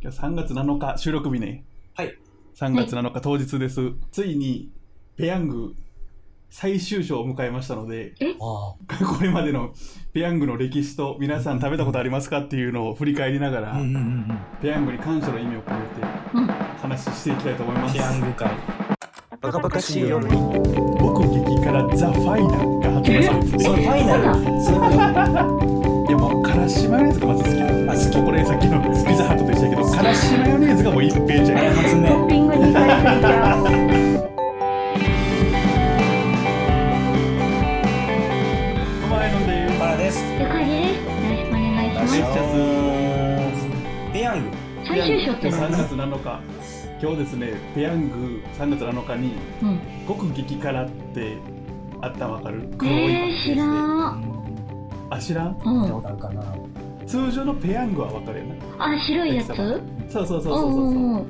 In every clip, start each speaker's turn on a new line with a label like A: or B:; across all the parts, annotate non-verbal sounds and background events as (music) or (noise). A: じゃあ3月7日、収録日ね。
B: はい。
A: 3月7日当日です。ついに、ペヤング最終章を迎えましたので、 (laughs)
B: あ
A: これまでのペヤングの歴史と皆さん食べたことありますかっていうのを振り返りながら、
B: あ。うんうんうんうん。
A: ペヤングに感謝の意味を込めて
C: うん
A: 話していきたいと思います。
B: ペヤング会。
C: バカバカしい
B: よ
C: よ
A: 僕激辛ザ・ファイナルが発売されてて、
B: そう、ファイナル。そう
A: いやもうからしマヨネーズがまず好きなの
B: あ、好き。
A: これさっきのピザハットと一緒やけど、からしマヨネーズがもう一平じゃん
B: あ。れ発
C: トッ
B: 明。
C: ピング2回増えちゃう。
A: お前ので
B: パラです。
C: ゆかりです。よろしくお願いします。
B: ペヤング。
C: 最終章って
A: 3
C: 何？
A: 月7日今日ですねペヤング3月7日に
C: うん。
A: 極激辛ってあったんわかる
C: え
A: 黒いパッ
C: ー、
A: ケージ
C: 知
A: で
C: らん。
A: あ知らん
C: う
B: ど
C: ん。
B: うなるかな。
A: 通常のペヤングはわかるよね
C: あ、白いやつ？うん
A: そうそうそうそう
C: う
A: そう,、
C: んうん。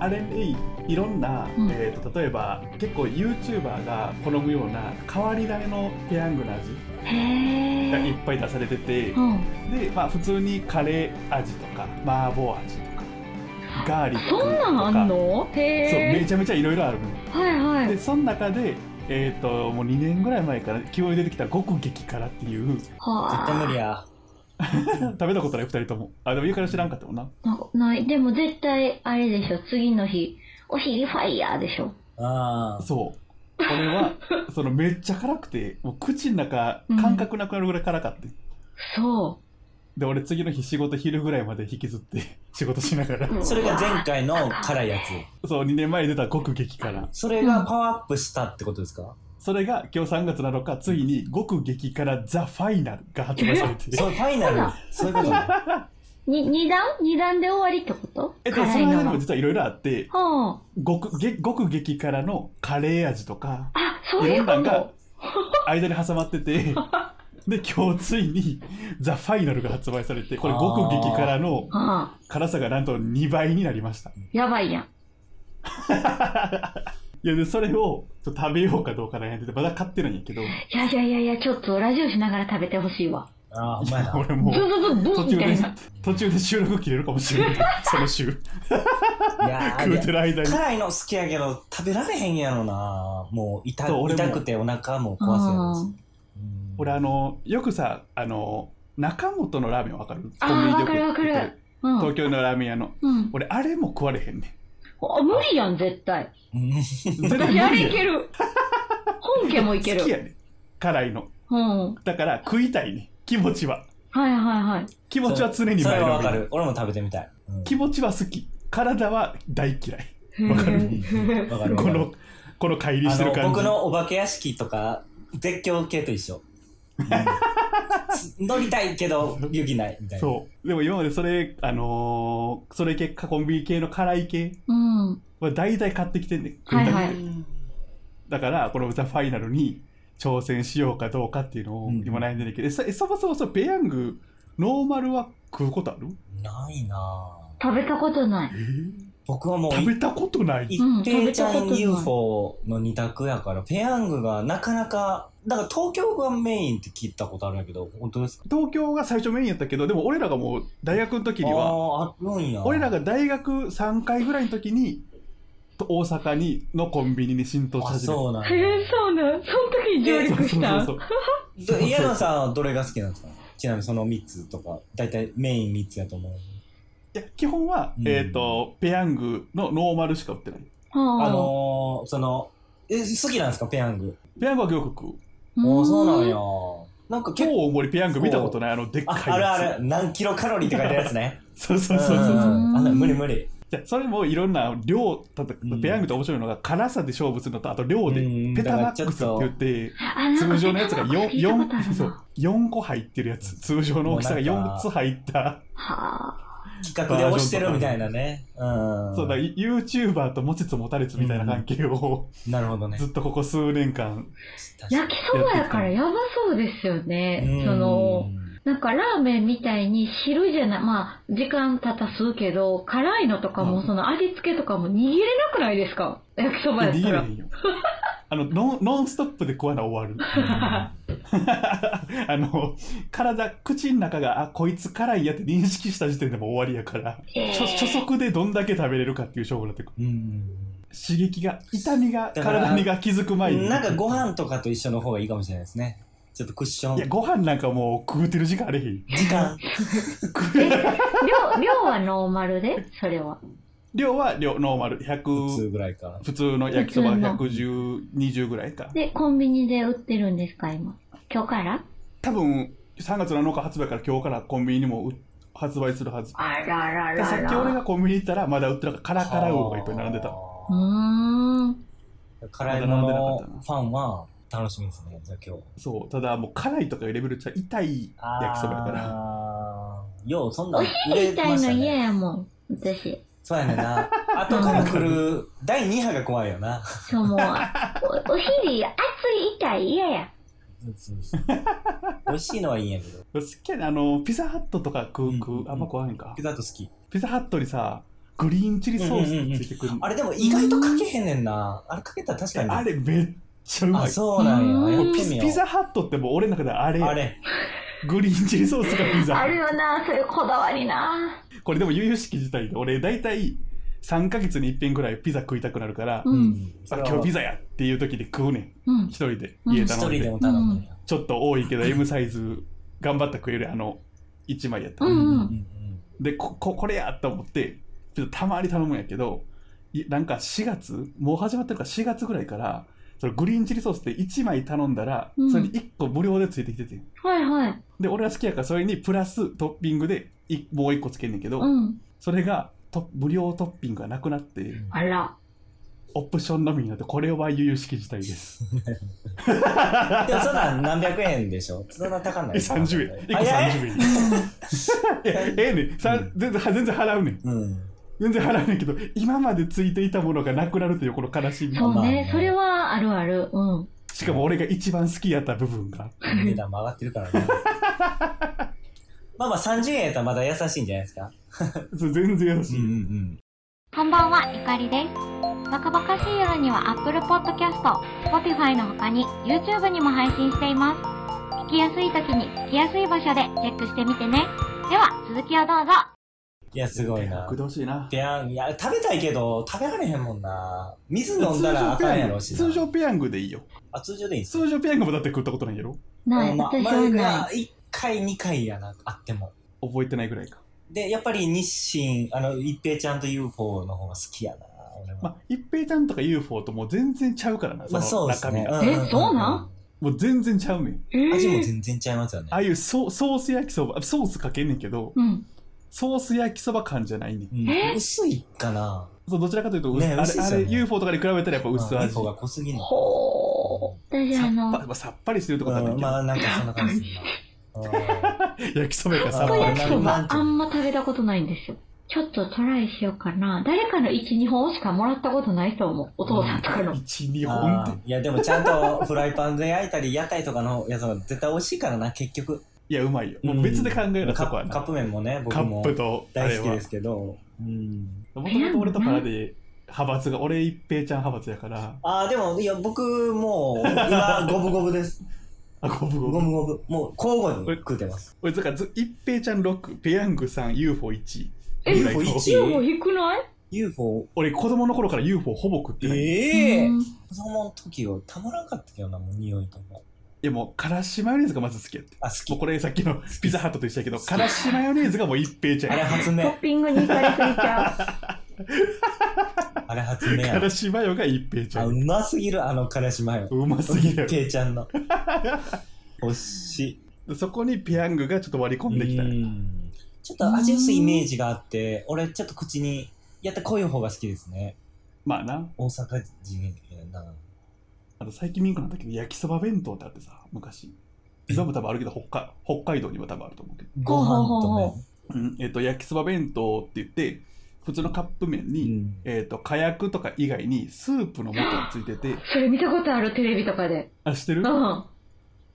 A: あれにいろんな、
C: うん
A: えー、と例えば結構 YouTuber が好むような変わり種のペヤングの味がい
C: へ
A: っ
C: え。
A: ぱい出されてて
C: う、ん。
A: で、まあ、普通にカレー味とか麻婆味とかガーリックと
C: そ
A: か
C: んなんあんの？
A: そうめ
C: へえ。
A: ちゃめちゃいろいろあるのよ
C: はいは
A: で
C: い。
A: その中で、えー、ともう2年ぐらい前から急に出てきた極激辛っていう
B: 絶対
C: は
B: 無理や。
A: 食べたことない2人ともあでもゆから知らんかったもんな
C: あ。なない。でも絶対あれでしょ。次の日お尻ファイヤーでしょ。
B: ああ。
A: そうこれはそのめっちゃ辛くてもう口の中感覚なくなるぐらい辛かって、
C: そ
A: で俺次の日仕事昼ぐらいまで引きずって仕事しながら
C: う。
B: それが前回の辛いや
A: そう2年前に出た極激辛
B: つ。それがパワーアップしたってことですか、
A: それが今日3月7日ついに極激辛ザ・ファイナルが発売されて
B: そう、ファイナル。そういうことね。
C: に二段二段で終わりってこと？
A: えっと、そ
C: い
A: の辺
C: の
A: に
C: は
A: も。実はいろいろあって
C: うん。
A: 極げ極激辛のカレー味とか
C: あ、そう
A: い
C: い
A: ろ
C: うん
A: な
C: こ
A: んが
C: と。
A: 間に挟まって
C: (laughs)
A: てで今日ついに「ザ・ファイナルが発売されてこれ
B: あ
A: 極
B: ー
A: 激辛の
C: あ、
A: 辛さがなんと2倍になりました
C: やばいやん。
A: いやでそれをちょっと食べようかどうか悩んでてまだ買ってないんやけど
C: いやいやいやいや、ちょっとラジオしながら食べてほしいわ。
B: ああ、ほんまやな。
A: 俺
C: ブ
A: もう
C: ブブブ
A: 途
C: ブ
A: 中
C: みた
A: で
C: いな。
A: 途中で収録切れるかもし
C: (laughs)
A: れないその週
B: いや
A: 食うて
B: ー
A: る間に
B: 辛いの好きやけど、食べられへんやろな。もう痛
A: そう俺も
B: 痛くてお腹も壊すやろ
C: う
B: うんん。
A: 俺あのよくさあの中本のラーメンわかる
C: あー
A: よく
C: わかるわかるうん。
A: 東京のラーメン屋の
C: うん。
A: 俺あれも食われへんね
C: (laughs) あ無理やん、絶対。
B: う
A: ん
B: ん。
A: 絶対無理
C: 私、
A: や
C: あ
A: ん
C: れいける。本家もいける。
A: 好きやね辛いの
C: うん。
A: だから食いたいね気持ちは
C: はいはいはい。
A: 気持ちは常に
B: そ
A: 前
B: れはわか
A: のめり
B: る。俺も食べてみたい。うん
A: 気持ちは好き体は大嫌い
C: へ
A: わかる
C: ー
B: わかるわ
A: こ
B: かる。
A: のこの乖離してる
B: あ
A: 感
B: の
A: じ
B: 僕のお化け屋敷とか、絶叫系と一緒。乗りたいけど、勇気ないみたいな。
A: そうでも今までそれあのーそれ系かコンビニ系の辛い系
C: うん。
A: は大体買ってきてんねん食
C: はいい
A: たくて
C: はい。
A: だからこの「ザ・ファイナルに挑戦しようかどうかっていうのを
B: うん
A: 今悩んでるけど、えそえそもそもそペヤングノーマルは食うことある、
B: ないなぁ。
C: 食べたことない。
B: 僕はもう、
A: 食べたことない
B: 一
C: うん
B: 平ちゃん
C: 食べたことない
B: UFO の二択やから、ペヤングがなかなか、だから東京がメインって聞いたことあるんやけど、本当ですか
A: 東京が最初メインやったけどでも俺らがもう大学の時には
B: あーあるんや。
A: 俺らが大学3回ぐらいの時にと大阪にのコンビニに浸透し
B: あ、
A: 始め
B: そうなん
C: へ
B: や
C: え、そうなん。その時に上
A: た
C: 陸した。
A: そうそうそう
B: で。矢野さんはどれが好きなんですかちなみにその3つとか、だいたいメイン3つやと思う。
A: いや基本は、
B: うん
A: えっ、とペヤングのノーマルしか売ってない
C: あ
B: あ、のー、その、え、好きなんですかペヤング。
A: ペヤングはよく食う
B: おーそうなん
C: や
B: や。なんか
A: 超
B: 結構、
A: 大盛りペヤング見たことないあのでっかいや、
B: あ
A: つ
B: あるある、何キロカロリーって書いてあるやつね。
A: そう (laughs) そうそうそう、
B: んんんあ
C: うん
B: 無理無理。
A: じゃあそれもいろんな量ただ
B: うん
A: ペヤングって面白いのが辛さで勝負するのとあと量で、
B: うん
A: ペタマックスって言って
C: あなんか
A: 通常のやつが
C: (laughs)
A: 4,
C: 聞いたことあるな
A: 4, そう4個入ってるやつ通常の大きさが4つ入った
C: は
B: 企画で押してるみたいなね。うん。
A: そうだ、YouTuber と持ちつ持たれつみたいな関係を、。
B: なるほどね
A: ずっとここ数年間、
C: あ焼きそばやからやばそうですよね。その、なんかラーメンみたいに汁じゃない、まあ、時間経たすけど、辛いのとか
A: う
C: も、
A: ん
C: その味付けとかも握れなくないですか焼きそばや
A: 逃
C: った
A: げれへ
C: ら。
A: んよ。あのノンノンストップで食わな終わる (laughs) あの体口の中があこいつ辛いやって認識した時点でもう終わりやから
C: え
A: 初初速でどんだけ食べれるかっていう勝負になってくる
B: うん
A: 刺激が痛みが
B: だから
A: 体にが気づく前に
B: なんかご飯とかと一緒の方がいいかもしれないですねちょっとクッショ
A: いや
B: ン
A: ご飯なんかもう食うてる時間あれへん
B: 時間
C: 量、量はノーマルでそれは。
A: 量は量ノーマル
B: 普通
A: 100
B: ぐらいか
A: 普通の焼きそば
C: 普通の
A: 11020ぐらいか
C: で、コンビニで売ってるんですか、今。今日から
A: 多分3月7日発売から今日からコンビニにもう発売するはず
C: あららら
A: で
C: ら。
A: さっき俺がコンビニ行ったらまだ売ってなかったカラカラウーがいっぱい並んでた
C: うーん。
B: 辛いものファンは楽しみですねじゃあ今日
A: そうただもう辛いとかいうレベルじゃ痛い焼きそばやから
B: らようそんなん
C: お昼
B: 売
C: み
B: れ
C: た
B: ま
C: い
B: し
C: の
B: たね
C: 嫌やもん。私。
B: そうやねんな後から来る第2波が怖いよな
C: そう、もう、
A: (laughs)
C: おお尻、熱い、痛い、嫌や。
B: 美味しいのはいいんやけど
A: 好きやねあのピザハットとか食
B: うん
A: う食
B: うん
A: うあんま食わへんか
B: ピザと好き
A: ピザハットにさグリーンチリソースついてくる
B: あれでも意外とかけへんねんなあれかけたら確かに
A: あれめっちゃうま
B: あ
A: い
B: そうなんややって
A: ピ
B: みよう
A: ピザハットってもう俺の中であれ
B: あれ
A: グリーンチリソースがピ
C: あ
A: ザ
C: るよな、それこだわりな。
A: これでも由々しき事態で俺大体3ヶ月に一遍ぐらいピザ食いたくなるから、
C: うん
A: あ今日ピザやっていう時で食うねん
C: うん
A: 一。人で家
B: 一
A: 頼
B: 人
A: んで,、
B: でも頼むんや
A: ちょっと多いけど M サイズ頑張って食えるあの1枚やった、
C: うんうん
A: でこここれやと思ってピザたまに頼むんやけどいなんか4月もう始まってるから4月ぐらいからそのグリーンチリソースって1枚頼んだら、
C: うん
A: それに1個無料でついてきててん
C: はいはい。
A: で俺は好きやからそれにプラストッピングでいもう1個つけんねんけど、
C: うん。
A: それがと無料トッピングがなくなって
C: あら。
A: オプションのみになってこれは悠々しき事態です
B: でもそんなん何百円でしょそんな高ない
A: え30円1個
B: あえ
A: 30円いやええねんさん全然全然払うねん
B: うん
A: 全然払うねんけど今までついていたものがなくなるというこの悲しみ
C: そう
B: まあ
C: ね
B: ね、
C: それはあるある。うん。
A: しかも俺が一番好きやった部分が
B: 値段も上がってるからねまあまあ30円やったらまだ優しいんじゃないですか
A: そう全然優しい、
B: ん
D: こんばんは、ゆかりです。バカバカしい夜には Apple Podcast、Spotify の他に YouTube にも配信しています。聞きやすい時に聞きやすい場所でチェックしてみてね。では、続きをどうぞ。
B: いやすごいな
A: 食ってほしいな
B: ペヤングいや食べたいけど食べられへんもんな水飲んだらあかんやろうしな
A: 通常ペヤングでいいよ
B: あ通常でいいんすか
A: 通常ペヤングもだって食ったことないやろ
C: ない、
B: うんま
C: 私は
B: 前
C: な
B: が1回2回やなあっても
A: 覚えてないぐらいか
B: でやっぱり日清あの一平ちゃんと UFO の方が好きやな俺は
A: まあ一平ちゃんとか UFO ともう全然ちゃうからな
B: まあ
A: その
B: そうです
A: 中身
B: ね
A: が、
C: えそうなん
A: もう全然ちゃうねん
C: い。えー
B: 味も全然ちゃいますよね
A: ああいうソソース焼きそばあソースかけんねんけど
C: うん。
A: ソース焼きそば感じゃないねん
B: うん
C: え
B: 薄いかな
A: そうどちらかというと、
B: ね
A: 薄あ
B: 薄い
A: れあ
B: っすよ
A: れ
B: ね
A: UFO とかに比べたらやっぱ薄
B: あ
A: 味
B: UFO
A: さ
B: が濃すぎるの
C: ほう。私あ
A: っ
C: の、
A: ぱさっぱりしてるとこだったら
B: う
A: いい
B: ん
A: けど
B: まあなんかそん
A: (laughs)
B: な感じするなうん
A: 焼きそばやからさっ
C: たこ
A: ぱり
C: 焼き
B: な
C: そ
B: ん
C: ば
B: て
C: あんま食べたことないんですよ。ちょっとトライしようかな。誰かの1、2本しかもらったことないと思う。お父さんとかの。
A: 12本っ
B: あー
A: て
B: いやでもちゃんとフライパンで焼いたり屋台とかのやつが絶対美味しいからな結局
A: いやうまいよもう別で考えるな
B: カ
A: そこは
B: ップカッ
A: な
B: プ麺もね僕
A: カ
B: も
A: ップとあ
B: 大
A: れ
B: 好き
A: は
B: ですけどうん
A: もともと俺とからで派閥が俺一平ちゃん派閥やから
B: ああでもいや僕もう今五分五分です
A: あごぶ
B: 五
A: ごぶ
B: 分五分もう交互に食うてます
A: 俺だからず一平ちゃん6ペヤングさん UFO1
C: え
A: ぐらいの
B: UFO 一
C: 1も低くない
B: UFO
A: 俺子供の頃から UFO ほぼ食ってないい
B: ええ
C: うん
B: 子供の時はたまらんかったけどなもう匂いとか
A: やもうからしマヨネーズがまず好きやって
B: あ好
A: もう
B: き
A: これさっきのピザハットと一緒やけどからしマヨネーズがもう一平ちゃ
B: あ
A: ん
B: れ
A: や
B: 発
C: ト
B: 明
C: ッピングに行かれすぎちゃう。
B: あれ発明や
A: からしマヨが一平ちゃ
B: あ
A: ん
B: う
A: や
B: ますぎるあのからしマヨ
A: うますぎや
B: 一平ちゃんのおしい
A: ろそこにペヤングがちょっと割り込んできた
B: うんちょっと味薄いイメージがあって俺ちょっと口にやった濃い方が好きですね
A: まあな
B: 大阪人やな
A: あと最近ミンクなんだけど焼きそば弁当ってあってさ昔今も多分あるけど北海北海道にも多分あると思うけど、
B: ご飯と
C: ほうほうほ
B: ね
A: うんえっと焼きそば弁当って言って普通のカップ麺に、えっと火薬とか以外にスープの素がついてて
C: それ見たことある、テレビとかで。
A: あしてる
C: うん。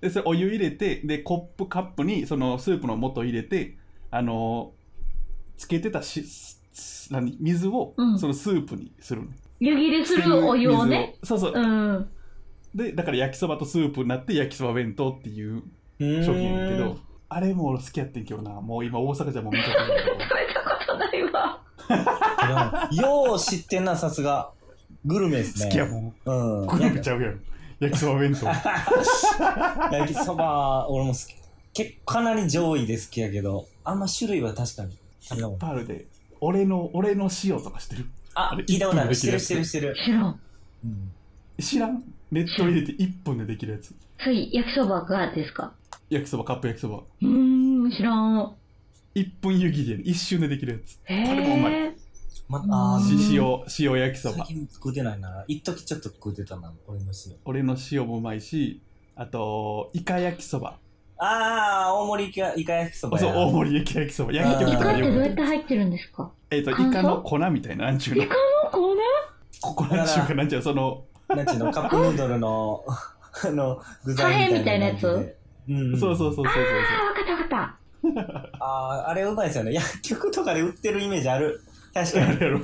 A: でそれお湯入れてでコップカップにそのスープの素入れてあのーつけてたしすす何水を
C: うん
A: そのスープにするの、
C: 湯切りす
A: 捨て
C: るお湯をね。
A: 水そうそう、
C: うん。
A: でだから焼きそばとスープになって焼きそば弁当っていう
B: うん
A: 商品やねんけどあれも俺好きやってんけどなもう今大阪じゃもう見たことないけど
C: 食べたことないわ。
B: けどよう知ってんなさすがグルメですね
A: 好きやもん
B: うん
A: グルメちゃうやん焼きそば弁当
B: (laughs) 焼きそば俺も好き結構かなり上位で好きやけどあんま種類は確かに食べたことない
A: パールで俺の俺の塩とかしてる
B: あ
A: あれ
B: 聞いたことある
A: 一
B: して
A: 分
B: る
A: で
B: してるしてる、
C: 知らん。
B: うん、
A: 知らん熱湯入れて1分でできるやつ
C: つい焼きそばがですか
A: 焼きそばカップ焼きそば
C: うーん、知らん。
A: 1分湯切りやね一瞬でできるやつ
C: へ
A: これもうまい
C: え。
B: まあー
C: うん
A: し塩塩焼きそ
B: 最
A: ば
B: 近食うてないな一時ちょっと食うてたな俺の塩
A: 俺の塩もうまいしあとイカ焼きそば
B: ああ大盛りイカイカ焼きそば
A: そう
B: や
A: 大盛り焼き焼きそば焼き
B: あー
A: 鳥
C: イ
A: と
C: カ
A: か
C: って
A: で
C: ど
A: よ
C: う
A: く
C: やって入ってるんですか
A: えっとイ
C: 乾燥
A: カの粉みたいななん
C: (laughs)
A: ちゅう
C: イ
A: の
C: カの粉
A: ここなんちゅうかなんちゅうのその
B: なんちゅうのカップヌードルの (laughs) あの具材みたいな
C: カレーみたいなや
B: つうん、
A: そうそう
B: う
A: そうそうそう
C: あ、わかったわかった。
B: あーあれうまいですよね薬局とかで売ってるイメージある確
A: そう
B: か
A: あ (laughs) れやろ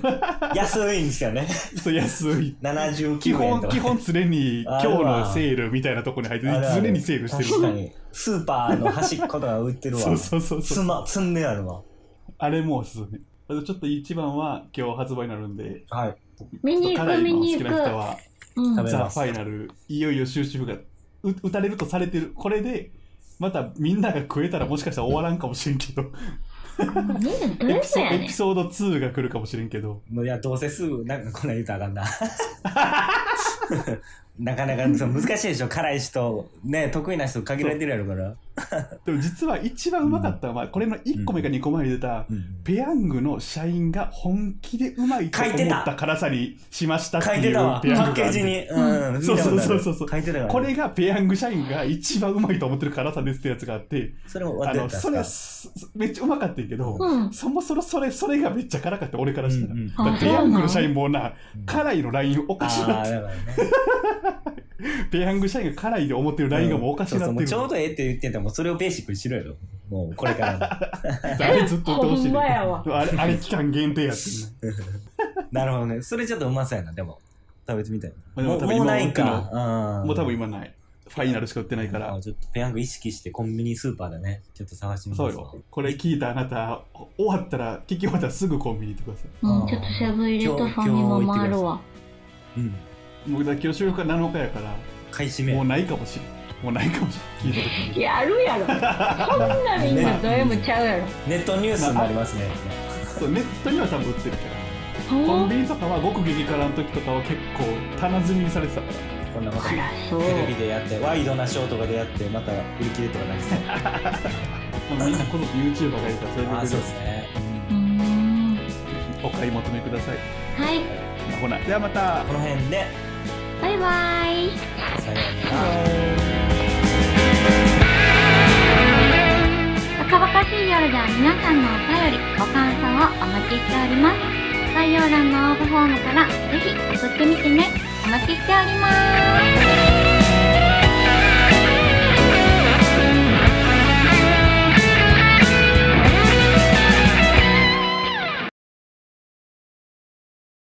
B: に安いんですよね
A: そう安い
B: 79円とか
A: 基本基本常に今
B: あ
A: 日
B: るわ
A: のセールみたいなとこに入ってて
B: あるある
A: 常にセールしてる
B: 確かにスーパーの端っことか売ってるわ
A: そうそうそう
B: つ
A: そう
B: ま積んであるわ
A: あれもおすすめあとちょっと一番は今日発売になるんで
B: はい
C: 見に行
A: 辛
C: く、
A: い
C: 見
A: の好
C: に
A: き
C: 行
A: な
C: く。
A: 人は
C: うん
B: 食べ
A: ザ・
B: ます
A: ファイナルいよいよ終止符がう打たれるとされてるこれでまたみんなが食えたらもしかしたら終わらんかもしれんけど
C: うんみんなどう
A: エ
C: や
A: ピ
C: つ
A: ソ
C: や
A: エ
C: ねん
A: ピ。ソード2が来るかもしれんけど
B: もういやどうせすぐなんかこんなん言うたらあかんな (laughs) なかなかそう難しいでしょ辛い人ね得意な人限られてるやろから、
A: でも実は一番うまかったのは、これの1個目か2個前に出た、
B: うん
A: ペヤングの社員が本気でうまいと
B: 書いて
A: 思
B: た
A: った辛さにしましたって
B: 書い
A: い
B: て
A: う
B: たわパ
A: ペヤングがあ
B: ッ
A: って
B: ケージに、うん
A: そうそうそうそう
B: 見たことある書いてたから
A: これがペヤング社員が一番うまいと思ってる辛さですってやつがあって
B: それも
A: あ
B: 割っ
A: の
B: てた
A: そ
B: ん
A: れ
B: で
A: は
B: す
A: すすめっちゃうまかったんやけど、
C: うん。
A: そもそもそれそれがめっちゃ辛かった俺か
B: から
A: したら。
C: あ
A: だからペヤングの社員もな、
B: あ
A: 辛いのラインおかしなっ
B: あー
A: て
B: だからね
A: ペヤング社員が辛いで思ってるラインがもうおかし
B: そう
A: な
B: そ
A: っ
B: うも
A: て
B: う
A: る
B: ちょうどええって言ってたもうそれをベーシックにしろやろもうこ
A: (laughs)
B: れから
A: あれずっと言ってほしいね
C: ほんまやわ
A: あれあれ期間限定やってんな
B: のなるほどねそれちょっとうまそうやなでも食べてみたい
A: まあで
B: も
A: も
B: う
A: 多分
B: もう
A: 今
B: な
A: 売って
B: い
A: るの
B: かん
A: もう多分今ない。ファイナルしか売ってないから
B: あ。ちょっとペヤング意識してコンビニスーパーでねちょっと探してみ
A: そ
B: ま
A: う
B: すわ
A: よ。これ聞いたあなた、終わったら、聞き終わったらすぐコンビニ行ってくださ
C: うん、ちょっとセブン入れとファミマ回るわ。
B: うん
A: い。もうだから今日収録が7日やから、
B: 買い占め
A: もうないかもしれん。もうないかもしれん。聞いた時
C: やるやろ。そんなみんなどれもちゃうやろ。
B: ネットニュースになりますね
A: そうネットには多分売ってるから。コ
C: ほ
A: ン
C: ん
A: ビニとかは、ごく激辛の時とかは結構、棚積みにされてたか
B: こんなこと
C: 辛そう。
B: テレビでやってワイドなショーとかでやってまた売り切れとかなくて
A: ら。まあみんなこぞって YouTuber がいるから、それ
B: ああ
A: だけ
B: そう
A: で
B: ですね
C: うーん。
A: お買い求めください。
C: はい。
A: まあほな、ではまた。
B: この辺で
C: バイバイ。
B: さようなら
D: バカバカしい夜では皆さんのお便り、ご感想をお待ちしております。概要欄の応募フォームからぜひ送ってみてね。お待ちしております。